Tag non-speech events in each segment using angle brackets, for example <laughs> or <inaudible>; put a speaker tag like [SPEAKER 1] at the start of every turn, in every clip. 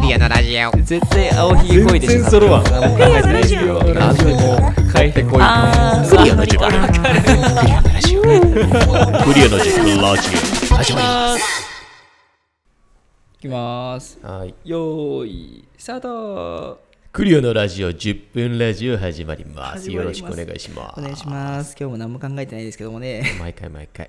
[SPEAKER 1] リアのラジオ
[SPEAKER 2] 絶対青ひげこいでしょ
[SPEAKER 3] 全然揃わん
[SPEAKER 2] あもう考えてないですけど
[SPEAKER 3] ラジオ
[SPEAKER 2] 書いてこい
[SPEAKER 4] あー
[SPEAKER 1] クリアの時間
[SPEAKER 4] わかる
[SPEAKER 3] クリアの時間ラジ
[SPEAKER 4] いきます
[SPEAKER 3] オはい
[SPEAKER 4] よーいスタート
[SPEAKER 3] クリアのラジオ10分ラジオ始まります
[SPEAKER 4] 始ま
[SPEAKER 3] よ
[SPEAKER 4] りま
[SPEAKER 3] ろ
[SPEAKER 4] す
[SPEAKER 3] しくお願いします
[SPEAKER 4] お願いします今日も何も考えてないですけどもね
[SPEAKER 3] 毎回毎回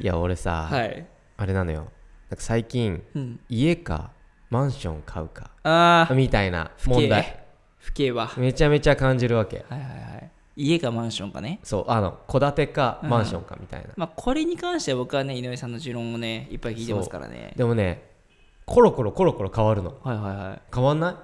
[SPEAKER 3] いや俺さ、
[SPEAKER 4] はい
[SPEAKER 3] あれなのよなんか最近、
[SPEAKER 4] うん
[SPEAKER 3] 家かマンション買うか
[SPEAKER 4] ああ
[SPEAKER 3] みたいな問題
[SPEAKER 4] 不景はは
[SPEAKER 3] めちゃめちゃ感じるわけ
[SPEAKER 4] いはいはい家かマンションかね
[SPEAKER 3] そうあの戸建てかマンションかみたいな、
[SPEAKER 4] まあこれに関しては僕はね井上さんの持論をねいっぱい聞いてますからね
[SPEAKER 3] でもねコロコロコロコロ変わるの
[SPEAKER 4] はいはいはい
[SPEAKER 3] 変わんない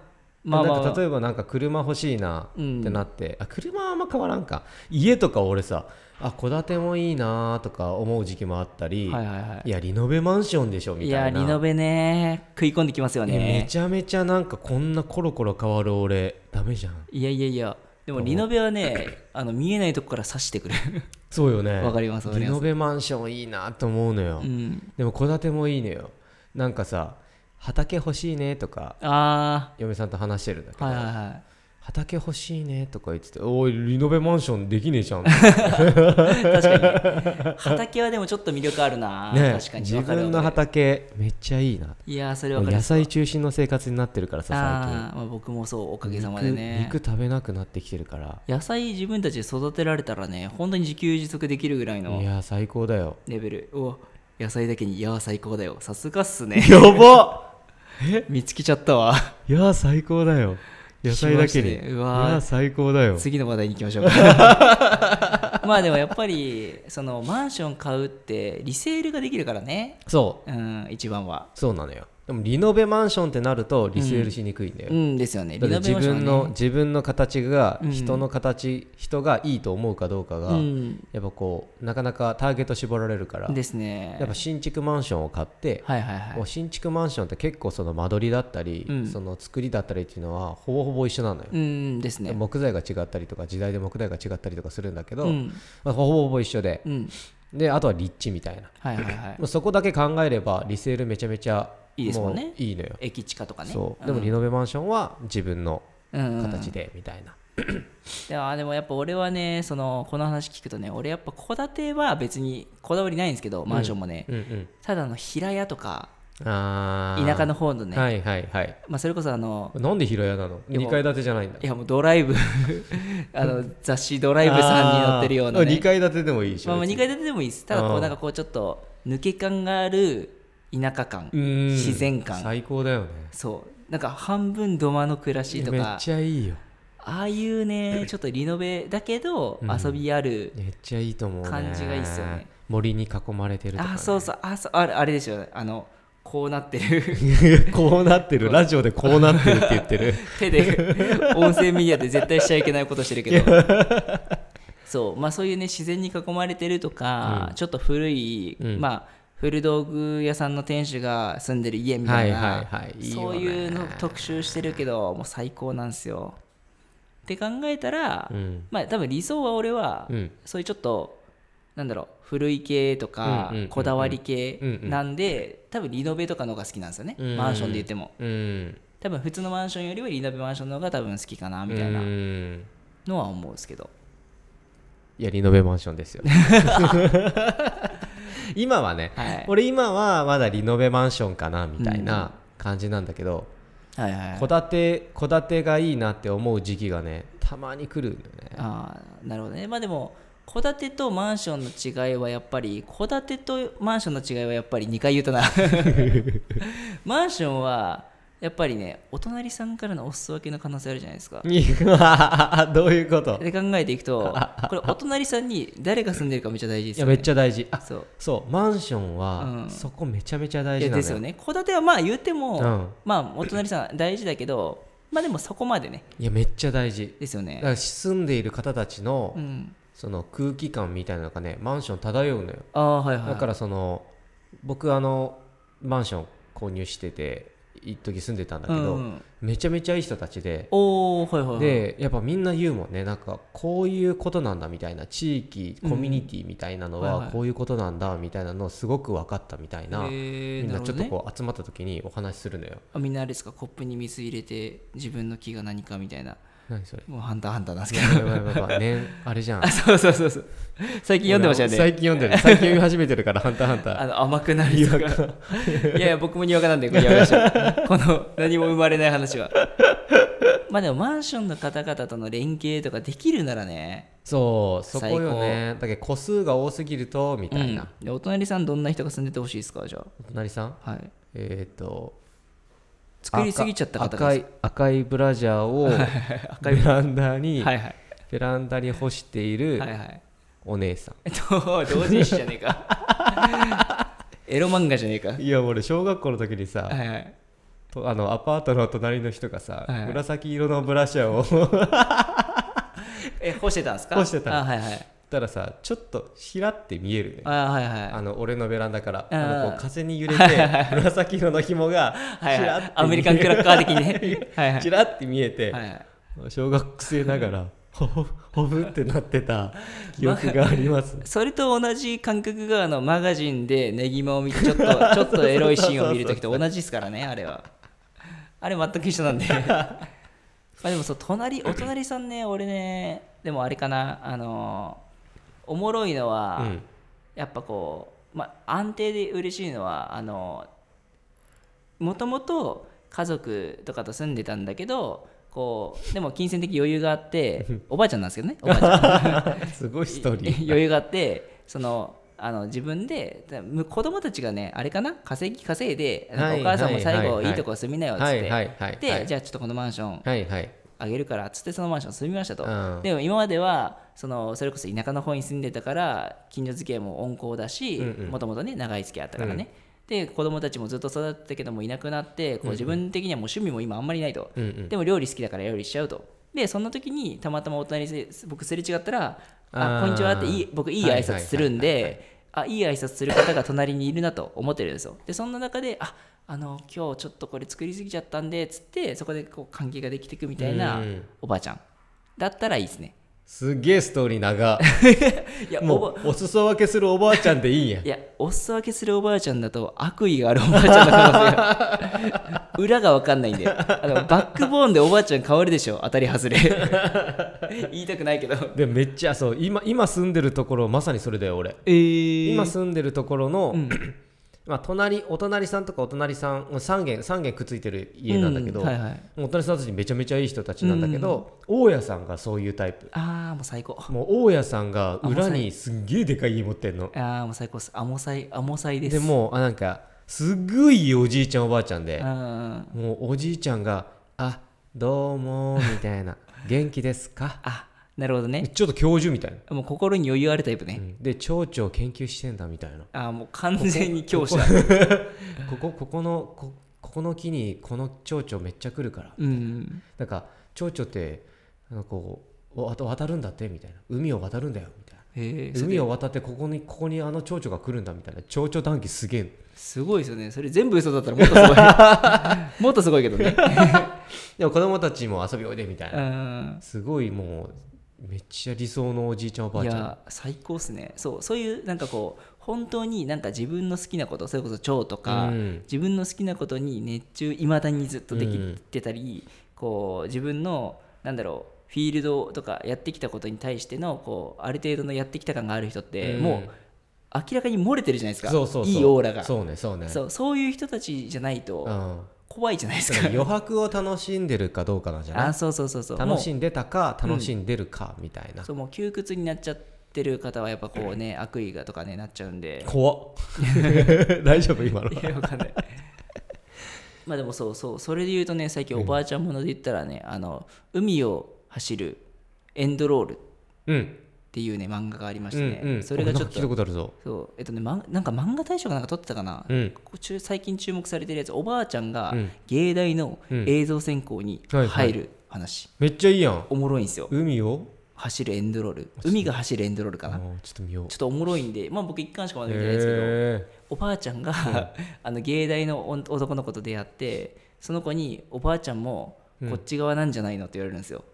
[SPEAKER 4] まあまあ
[SPEAKER 3] なんか例えばなんか車欲しいな
[SPEAKER 4] うん
[SPEAKER 3] ってなって、あ車はあんま変わらんか家とか俺さあ戸建てもいいなとか思う時期もあったり、
[SPEAKER 4] はいはいはい
[SPEAKER 3] やリノベマンションでしょみ
[SPEAKER 4] いい
[SPEAKER 3] た
[SPEAKER 4] や
[SPEAKER 3] いな
[SPEAKER 4] リノベね食い込んできますよ
[SPEAKER 3] えめ
[SPEAKER 4] ね
[SPEAKER 3] ちゃめちゃなんかこんなコロコロ変わる俺ダメじゃん
[SPEAKER 4] いやいやいやでもリノベはねあの見えないとこから刺してくる
[SPEAKER 3] そうよね
[SPEAKER 4] わかりますわかり
[SPEAKER 3] リ
[SPEAKER 4] ます
[SPEAKER 3] ノベマンションいいなと思うのよ、
[SPEAKER 4] うん
[SPEAKER 3] でも戸建てもいいのよなんかさ畑欲しいねとか
[SPEAKER 4] あ
[SPEAKER 3] 嫁さんと話してるんだけ
[SPEAKER 4] あ
[SPEAKER 3] ど、
[SPEAKER 4] はいはいはい
[SPEAKER 3] 畑欲しいねとか言ってておいリノベマンションできねえじゃん
[SPEAKER 4] <laughs> 確かに畑はでもちょっと魅力あるな、
[SPEAKER 3] ね
[SPEAKER 4] 確かに
[SPEAKER 3] 自
[SPEAKER 4] わ
[SPEAKER 3] 分の
[SPEAKER 4] かるわか
[SPEAKER 3] 畑めっちゃいいな
[SPEAKER 4] るいやーそれわかり
[SPEAKER 3] 野
[SPEAKER 4] ます
[SPEAKER 3] 菜中心の生活になってるから
[SPEAKER 4] あ
[SPEAKER 3] さ
[SPEAKER 4] ー、まあ、僕もそうおかげ
[SPEAKER 3] 最
[SPEAKER 4] さまで
[SPEAKER 3] 近
[SPEAKER 4] ね
[SPEAKER 3] 肉食べなくなってきてるから
[SPEAKER 4] 野菜自分たちで育てられたらね本当に自給自足できるぐらい
[SPEAKER 3] い
[SPEAKER 4] の
[SPEAKER 3] や最高だよ
[SPEAKER 4] レベルお野菜だけにいやー最高だよさすがっすね
[SPEAKER 3] やば
[SPEAKER 4] 見つけちゃったわ
[SPEAKER 3] いや最高だよ野菜だけ
[SPEAKER 4] 来
[SPEAKER 3] に、
[SPEAKER 4] ましたねうわー
[SPEAKER 3] いや最高だよ
[SPEAKER 4] 次の話題に行きま
[SPEAKER 3] <laughs>
[SPEAKER 4] しょうかまあでもやっぱりそのマンション買うってリセールができるからね
[SPEAKER 3] そう
[SPEAKER 4] うん一番は
[SPEAKER 3] そうなのよでもリノベマンションってなるとリセールしにくいんだよ、
[SPEAKER 4] うんですよね
[SPEAKER 3] だって自
[SPEAKER 4] リノベーションは
[SPEAKER 3] 分
[SPEAKER 4] ね
[SPEAKER 3] の、自分の形が
[SPEAKER 4] うん
[SPEAKER 3] 人の形、人がいいと思うかどうかが、やっぱこうなかなかターゲット絞られるから
[SPEAKER 4] うんですね
[SPEAKER 3] やっぱ新築マンションを買って、
[SPEAKER 4] はいはいはい
[SPEAKER 3] もう新築マンションって結構その間取りだったり、
[SPEAKER 4] うん
[SPEAKER 3] その作りだったりっていうのはほぼほぼ一緒なのよ、
[SPEAKER 4] うんですね。
[SPEAKER 3] 木材が違ったりとか時代で木材が違ったりとかするんだけど、
[SPEAKER 4] うん、
[SPEAKER 3] まあ、ほぼほぼ一緒で、
[SPEAKER 4] うん、
[SPEAKER 3] であとは立地みたいな、
[SPEAKER 4] はいはいはい
[SPEAKER 3] も。うそこだけ考えればリセールめちゃめちゃ
[SPEAKER 4] いいですもんね
[SPEAKER 3] ういいのよ、
[SPEAKER 4] 駅地下とかね。
[SPEAKER 3] そうでもリノベマンションは自分の
[SPEAKER 4] うん、
[SPEAKER 3] 形でみたいな、
[SPEAKER 4] でもあでもやっぱ俺はねそのこの話聞くとね俺やっぱ戸建ては別にこだわりないんですけどマンションもね、
[SPEAKER 3] うんうん
[SPEAKER 4] ただあの平屋とか
[SPEAKER 3] あー
[SPEAKER 4] 田舎の方のね、
[SPEAKER 3] はいはいはい
[SPEAKER 4] まあ、それこそあの
[SPEAKER 3] なんで平屋なの
[SPEAKER 4] や
[SPEAKER 3] 2階建てじゃないんだ
[SPEAKER 4] いやもうドライ
[SPEAKER 3] <laughs>
[SPEAKER 4] ブあの雑誌「ドライブ」さんに載ってるような、ね
[SPEAKER 3] 2階建てでもいいでしょ
[SPEAKER 4] まあ、まあ
[SPEAKER 3] 別に
[SPEAKER 4] 2階建てでもいいですただこ
[SPEAKER 3] あ
[SPEAKER 4] う
[SPEAKER 3] ー
[SPEAKER 4] なんかこうちょっと抜け感がある田舎感
[SPEAKER 3] うん
[SPEAKER 4] 自然感
[SPEAKER 3] 最高だよね
[SPEAKER 4] そうなんか半分土間の暮らしと
[SPEAKER 3] めっ
[SPEAKER 4] か
[SPEAKER 3] ちゃいいよ
[SPEAKER 4] ああいうねちょっとリノベだけど
[SPEAKER 3] うん
[SPEAKER 4] 遊びある、
[SPEAKER 3] めっちゃいいと思うね
[SPEAKER 4] 感じがいいっすよね
[SPEAKER 3] 森に囲まれてるとか、ね、
[SPEAKER 4] あそうそうあそうあれあれですよあのこうなってる <laughs>
[SPEAKER 3] <laughs> こうなってるラジオでこうなってるって言ってる
[SPEAKER 4] 手で音声メディアで絶対しちゃいけないことしてるけどそうまあそういうね自然に囲まれてるとか、ちょっと古い、
[SPEAKER 3] うん
[SPEAKER 4] まあ古道具屋さんの店主が住んでる家みたいな、
[SPEAKER 3] はいはいはいいいよね
[SPEAKER 4] そういうの特集してるけどもう最高なんですよって考えたら、
[SPEAKER 3] うん
[SPEAKER 4] まあ多分理想は俺は、
[SPEAKER 3] うん
[SPEAKER 4] そういうちょっとなんだろう古い系とか
[SPEAKER 3] うんうんうんうん
[SPEAKER 4] こだわり系
[SPEAKER 3] うんうん
[SPEAKER 4] なんで多分リノベとかの方が好きなんですよね
[SPEAKER 3] うん
[SPEAKER 4] マンションで言っても
[SPEAKER 3] うん
[SPEAKER 4] 多分普通のマンションよりはリノベマンションの方が多分好きかなみたいな
[SPEAKER 3] うん
[SPEAKER 4] のは思うんですけど
[SPEAKER 3] いやリノベマンショ
[SPEAKER 4] <laughs>
[SPEAKER 3] ンですよ今はね、
[SPEAKER 4] はい
[SPEAKER 3] 俺今はまだリノベマンションかなみたいな感じなんだけど
[SPEAKER 4] はいはいはい
[SPEAKER 3] 戸建て戸建てがいいなって思う時期がねたまに来るんだよ
[SPEAKER 4] <laughs>
[SPEAKER 3] ね
[SPEAKER 4] ああなるほどねまあでも戸建てとマンションの違いはやっぱり戸建てとマンションの違いはやっぱり2回言うた
[SPEAKER 3] <laughs>
[SPEAKER 4] なマンションはやっぱりねお隣さんからのお裾分けの可能性あるじゃないですか
[SPEAKER 3] いやどういうこと
[SPEAKER 4] で考えていくとこれお隣さんに誰が住んでるかめっちゃ大事で
[SPEAKER 3] い
[SPEAKER 4] す
[SPEAKER 3] や
[SPEAKER 4] よ
[SPEAKER 3] め
[SPEAKER 4] ね
[SPEAKER 3] っちゃ大事あ
[SPEAKER 4] そう
[SPEAKER 3] そうマンション
[SPEAKER 4] う
[SPEAKER 3] は
[SPEAKER 4] ん
[SPEAKER 3] そこめちゃめちゃ大
[SPEAKER 4] い
[SPEAKER 3] 事
[SPEAKER 4] や
[SPEAKER 3] な
[SPEAKER 4] で
[SPEAKER 3] の
[SPEAKER 4] すよね戸建てはまあ言っても、
[SPEAKER 3] うん
[SPEAKER 4] まあお隣さん大事だけどまあでもそこまでね
[SPEAKER 3] いやめっちゃ大事
[SPEAKER 4] ですよ
[SPEAKER 3] だ
[SPEAKER 4] ね
[SPEAKER 3] から住んでいる方たちの、
[SPEAKER 4] うん
[SPEAKER 3] その空気感みたいなのがねマンション漂うのよ
[SPEAKER 4] ああはいはい
[SPEAKER 3] だからその僕あのマンション購入してて一時住んでたんだけど、
[SPEAKER 4] うん
[SPEAKER 3] めちゃめちゃいい人たちで
[SPEAKER 4] おおはいはいはい
[SPEAKER 3] でやっぱみんな言うもんねなんかこういうことなんだみたいな地域コミュニティみたいなの
[SPEAKER 4] はいは
[SPEAKER 3] はいこういうことなんだみたいなのをすごく分かったみたい
[SPEAKER 4] へ
[SPEAKER 3] な、
[SPEAKER 4] ー
[SPEAKER 3] みんなちょ
[SPEAKER 4] る
[SPEAKER 3] っと
[SPEAKER 4] ほどね
[SPEAKER 3] こう集まった時にお話しするのよ。
[SPEAKER 4] あみんなあれですかコップに水入れて自分の木が何かみたいな
[SPEAKER 3] 何それ
[SPEAKER 4] もうハンターハンターなんですけ
[SPEAKER 3] やばい
[SPEAKER 4] ど
[SPEAKER 3] やばい
[SPEAKER 4] <laughs>
[SPEAKER 3] やばいねあれじゃん
[SPEAKER 4] あそうそうそうそう最近読んでましたよね
[SPEAKER 3] 最近読
[SPEAKER 4] <laughs>
[SPEAKER 3] んでる最近読み始めてるから「ハンターハンター」
[SPEAKER 4] あの甘くなるとか <laughs> いやいや僕もにわかなんでこれやめましょ <laughs> うこの何も生まれない話はまあでもマンションの方々との連携とかできるならね
[SPEAKER 3] そうそこよねだけど個数が多すぎるとみたいな、
[SPEAKER 4] うんでお隣さんどんな人が住んでてほしいですかじゃ
[SPEAKER 3] お隣さん
[SPEAKER 4] あはい
[SPEAKER 3] えっ、ー、と
[SPEAKER 4] 作りすぎちゃった方
[SPEAKER 3] 赤
[SPEAKER 4] が
[SPEAKER 3] 赤
[SPEAKER 4] いい
[SPEAKER 3] い赤いブラジャーを
[SPEAKER 4] 赤
[SPEAKER 3] ベランダに、
[SPEAKER 4] はいはい
[SPEAKER 3] ベランダに干してい
[SPEAKER 4] はいは
[SPEAKER 3] る
[SPEAKER 4] い
[SPEAKER 3] お姉さん、、
[SPEAKER 4] えっと同人誌じゃねえか <laughs> エロ漫画じゃねえかはい
[SPEAKER 3] や俺小学校の時にさ、
[SPEAKER 4] いはい
[SPEAKER 3] とあのアパートの隣の人がさ、
[SPEAKER 4] はいはい
[SPEAKER 3] 紫色のブラシャーを <laughs>
[SPEAKER 4] え干してたんですか
[SPEAKER 3] 干してた
[SPEAKER 4] あはいはい
[SPEAKER 3] たらさちょっとひらって見えるね
[SPEAKER 4] あはいはい
[SPEAKER 3] あの俺のベランダからあ
[SPEAKER 4] あー
[SPEAKER 3] のこう風に揺れて紫色の紐がち
[SPEAKER 4] はいは
[SPEAKER 3] ら
[SPEAKER 4] い
[SPEAKER 3] っ
[SPEAKER 4] アメリカンク
[SPEAKER 3] <laughs>
[SPEAKER 4] ラッカー的にね <laughs> はいは
[SPEAKER 3] て
[SPEAKER 4] い
[SPEAKER 3] ちらって見えて
[SPEAKER 4] はいはい
[SPEAKER 3] 小学生ながらほほほぶってなってた記憶があります
[SPEAKER 4] それと同じ感覚があのマガジンでネギマを見てちょっとちょっとエロいシーンを見るときと同じですからねあれはあれ全く一緒なんで <laughs> まあでもそう隣お隣さんね俺ねでもあれかなあのおもろいのは、
[SPEAKER 3] うん
[SPEAKER 4] やっぱこう、まあ、安定で嬉しいのはあのもともと家族とかと住んでたんだけどこうでも金銭的余裕があっておばあちゃんなんですけどねおばあちゃん
[SPEAKER 3] すごいストーリー
[SPEAKER 4] <laughs> 余裕があってそのあの自分でだむ子供たちがねあれかな稼ぎ稼いでなんか
[SPEAKER 3] はい
[SPEAKER 4] お母さんも最
[SPEAKER 3] はいは
[SPEAKER 4] 後
[SPEAKER 3] いはい
[SPEAKER 4] いいとこ住みなよっつっ
[SPEAKER 3] はいは
[SPEAKER 4] て
[SPEAKER 3] いはいは
[SPEAKER 4] で
[SPEAKER 3] い
[SPEAKER 4] じゃあちょっとこのマンション
[SPEAKER 3] はいはい
[SPEAKER 4] あげるからっつってそのマンション住みましたと、
[SPEAKER 3] うん
[SPEAKER 4] でも今まではそのそれこそ田舎の方に住んでたから近所付き合いも温厚だし
[SPEAKER 3] うんうん
[SPEAKER 4] もともとね長い付き合いあったからね、で子供たちもずっと育ってたけどもいなくなってこう自分的にはもう趣味も今あんまりないと、
[SPEAKER 3] うんうん
[SPEAKER 4] でも料理好きだから料理しちゃうとでそんな時にたまたまお隣です僕すれ違ったら「あ
[SPEAKER 3] あー
[SPEAKER 4] こんにちは」っていい僕いい挨拶するんであいい挨拶する方が隣にいるなと思ってるんですよでそんな中で「ああの今日ちょっとこれ作りすぎちゃったんで」つってそこでこう関係ができていくみたいな
[SPEAKER 3] うん
[SPEAKER 4] おばあちゃんだったらいいですね
[SPEAKER 3] すげえストーリー長
[SPEAKER 4] いやおば
[SPEAKER 3] もうお裾分けするおばあちゃんでいいんや
[SPEAKER 4] いやお裾分けするおばあちゃんだと悪意があるおばあちゃんだと
[SPEAKER 3] <laughs>
[SPEAKER 4] 思うんですよ裏が分かんないんであのバックボーンでおばあちゃん変わるでしょ当たり外
[SPEAKER 3] <laughs>
[SPEAKER 4] れ言いたくないけど
[SPEAKER 3] でもめっちゃそう今今住んでるところまさにそれだよ俺
[SPEAKER 4] えー
[SPEAKER 3] 今住んでるところの、 <clears throat> まあ、隣お隣さんとかお隣さん3軒三軒くっついてる家なんだけど、
[SPEAKER 4] うんはいはい
[SPEAKER 3] お隣さんたちめちゃめちゃいい人たちなんだけど、大家さんがそういうタイプ
[SPEAKER 4] ああもう最高
[SPEAKER 3] もう大家さんが裏にすっげえでかい家持ってんの
[SPEAKER 4] ああもう最高っすアモサイアモサイです
[SPEAKER 3] でもうあなんかすっごいいいおじいちゃんおばあちゃんで
[SPEAKER 4] あ
[SPEAKER 3] もうおじいちゃんが「あどうも」みた
[SPEAKER 4] <laughs>
[SPEAKER 3] いな「元気ですか?
[SPEAKER 4] あなるほど」ね
[SPEAKER 3] ちょっと教授みたいな、
[SPEAKER 4] もう心に余裕あるタイプね、
[SPEAKER 3] うんで町長研究してんだみたいな
[SPEAKER 4] ああもう完全に強者
[SPEAKER 3] ここここのこここの木にこの蝶々めっちゃ来るから
[SPEAKER 4] うん
[SPEAKER 3] なんか蝶々ってなんかこうわ渡るんだってみたいな海を渡るんだよみたいな
[SPEAKER 4] へえ
[SPEAKER 3] 海を渡ってここにここにあの蝶々が来るんだみたいな蝶々談義すげえの
[SPEAKER 4] すごいですよねそれ全部嘘だったらもっとすごい
[SPEAKER 3] <laughs>
[SPEAKER 4] もっとすごいけどね
[SPEAKER 3] でも子供たちも遊びおいでみたいうなんすごいもうめっちゃ理想のおじいちゃんおばあ
[SPEAKER 4] い
[SPEAKER 3] ちゃん
[SPEAKER 4] や最高っすねそうそういうなんかこう本当になんか自分の好きなことそれこそ腸とか、
[SPEAKER 3] うん
[SPEAKER 4] 自分の好きなことに熱中いまだにずっとできてたり、こう自分のなんだろうフィールドとかやってきたことに対してのこうある程度のやってきた感がある人って、
[SPEAKER 3] うん
[SPEAKER 4] もう明らかに漏れてるじゃないですか
[SPEAKER 3] そうそうそう
[SPEAKER 4] いいオーラがそう
[SPEAKER 3] そうねそうね
[SPEAKER 4] そういう人たちじゃないと
[SPEAKER 3] うん
[SPEAKER 4] 怖いじゃないです
[SPEAKER 3] だ
[SPEAKER 4] か
[SPEAKER 3] から余白を楽しんでるかどうかなんじゃな
[SPEAKER 4] あ
[SPEAKER 3] い
[SPEAKER 4] そうそうそうそうもう
[SPEAKER 3] 楽しんでたか楽しんでるかみたいな
[SPEAKER 4] そうもう窮屈になっちゃってる方はやっぱこうね悪意がとかねなっちゃうんで
[SPEAKER 3] 怖っ <laughs> 大丈夫今の
[SPEAKER 4] いやわかんない <laughs> まあでもそうそうそれで言うとね最近おばあちゃんもので言ったらね、あの海を走るエンドロールっ
[SPEAKER 3] うん
[SPEAKER 4] ていうね漫画がありまし
[SPEAKER 3] う
[SPEAKER 4] て
[SPEAKER 3] ん
[SPEAKER 4] ね、
[SPEAKER 3] うん
[SPEAKER 4] それがちょっ
[SPEAKER 3] 俺なんか聞いた
[SPEAKER 4] と
[SPEAKER 3] ことあるぞ
[SPEAKER 4] そうえっとね、まん、なんか漫画大賞かなんか撮ってたかな、
[SPEAKER 3] うん
[SPEAKER 4] ここ中最近注目されてるやつおばあちゃんが
[SPEAKER 3] うん
[SPEAKER 4] 芸大の
[SPEAKER 3] うん
[SPEAKER 4] 映像専攻に
[SPEAKER 3] はいはい
[SPEAKER 4] 入る話、
[SPEAKER 3] めっちゃいいやん
[SPEAKER 4] おもろいんですよ
[SPEAKER 3] 海を
[SPEAKER 4] 走るエンドロール海が走るエンドロールか
[SPEAKER 3] あ
[SPEAKER 4] な
[SPEAKER 3] ーちょっと見よう
[SPEAKER 4] ちょっとおもろいんで、まあ、僕1巻しかまだ見てないですけど、
[SPEAKER 3] へ
[SPEAKER 4] おばあちゃんが、あの芸大のおん男の子と出会ってその子に「おばあちゃんもこっち側なんじゃないの?」って言われるんですよ、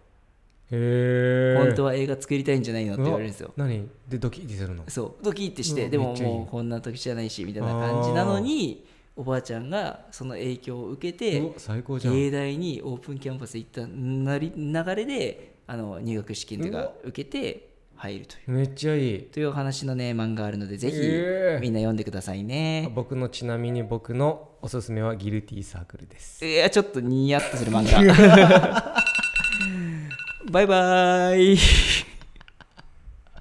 [SPEAKER 3] えへえ
[SPEAKER 4] 本当は映画作りたいんじゃないの?」って言われるんですよ
[SPEAKER 3] 何でドキッてするの
[SPEAKER 4] そうドキってして、
[SPEAKER 3] うん
[SPEAKER 4] でも
[SPEAKER 3] めっちゃいい
[SPEAKER 4] もうこんな時じゃないしみたいな感じなのにおばあちゃんがその影響を受け
[SPEAKER 3] うわ
[SPEAKER 4] て
[SPEAKER 3] 最高じゃん
[SPEAKER 4] 芸大にオープンキャンパス行ったなり流れであの入学試験という
[SPEAKER 3] う
[SPEAKER 4] か
[SPEAKER 3] わ
[SPEAKER 4] 受けて入るという。
[SPEAKER 3] めっちゃいい
[SPEAKER 4] というお話のね漫画あるのでぜひ
[SPEAKER 3] ええ
[SPEAKER 4] みんな読んでくださいね。
[SPEAKER 3] 僕のちなみに僕のおすすめはギルティーサークルです
[SPEAKER 4] いや、ちょっと
[SPEAKER 3] <laughs>
[SPEAKER 4] ニヤッとする漫画。バイバーイ。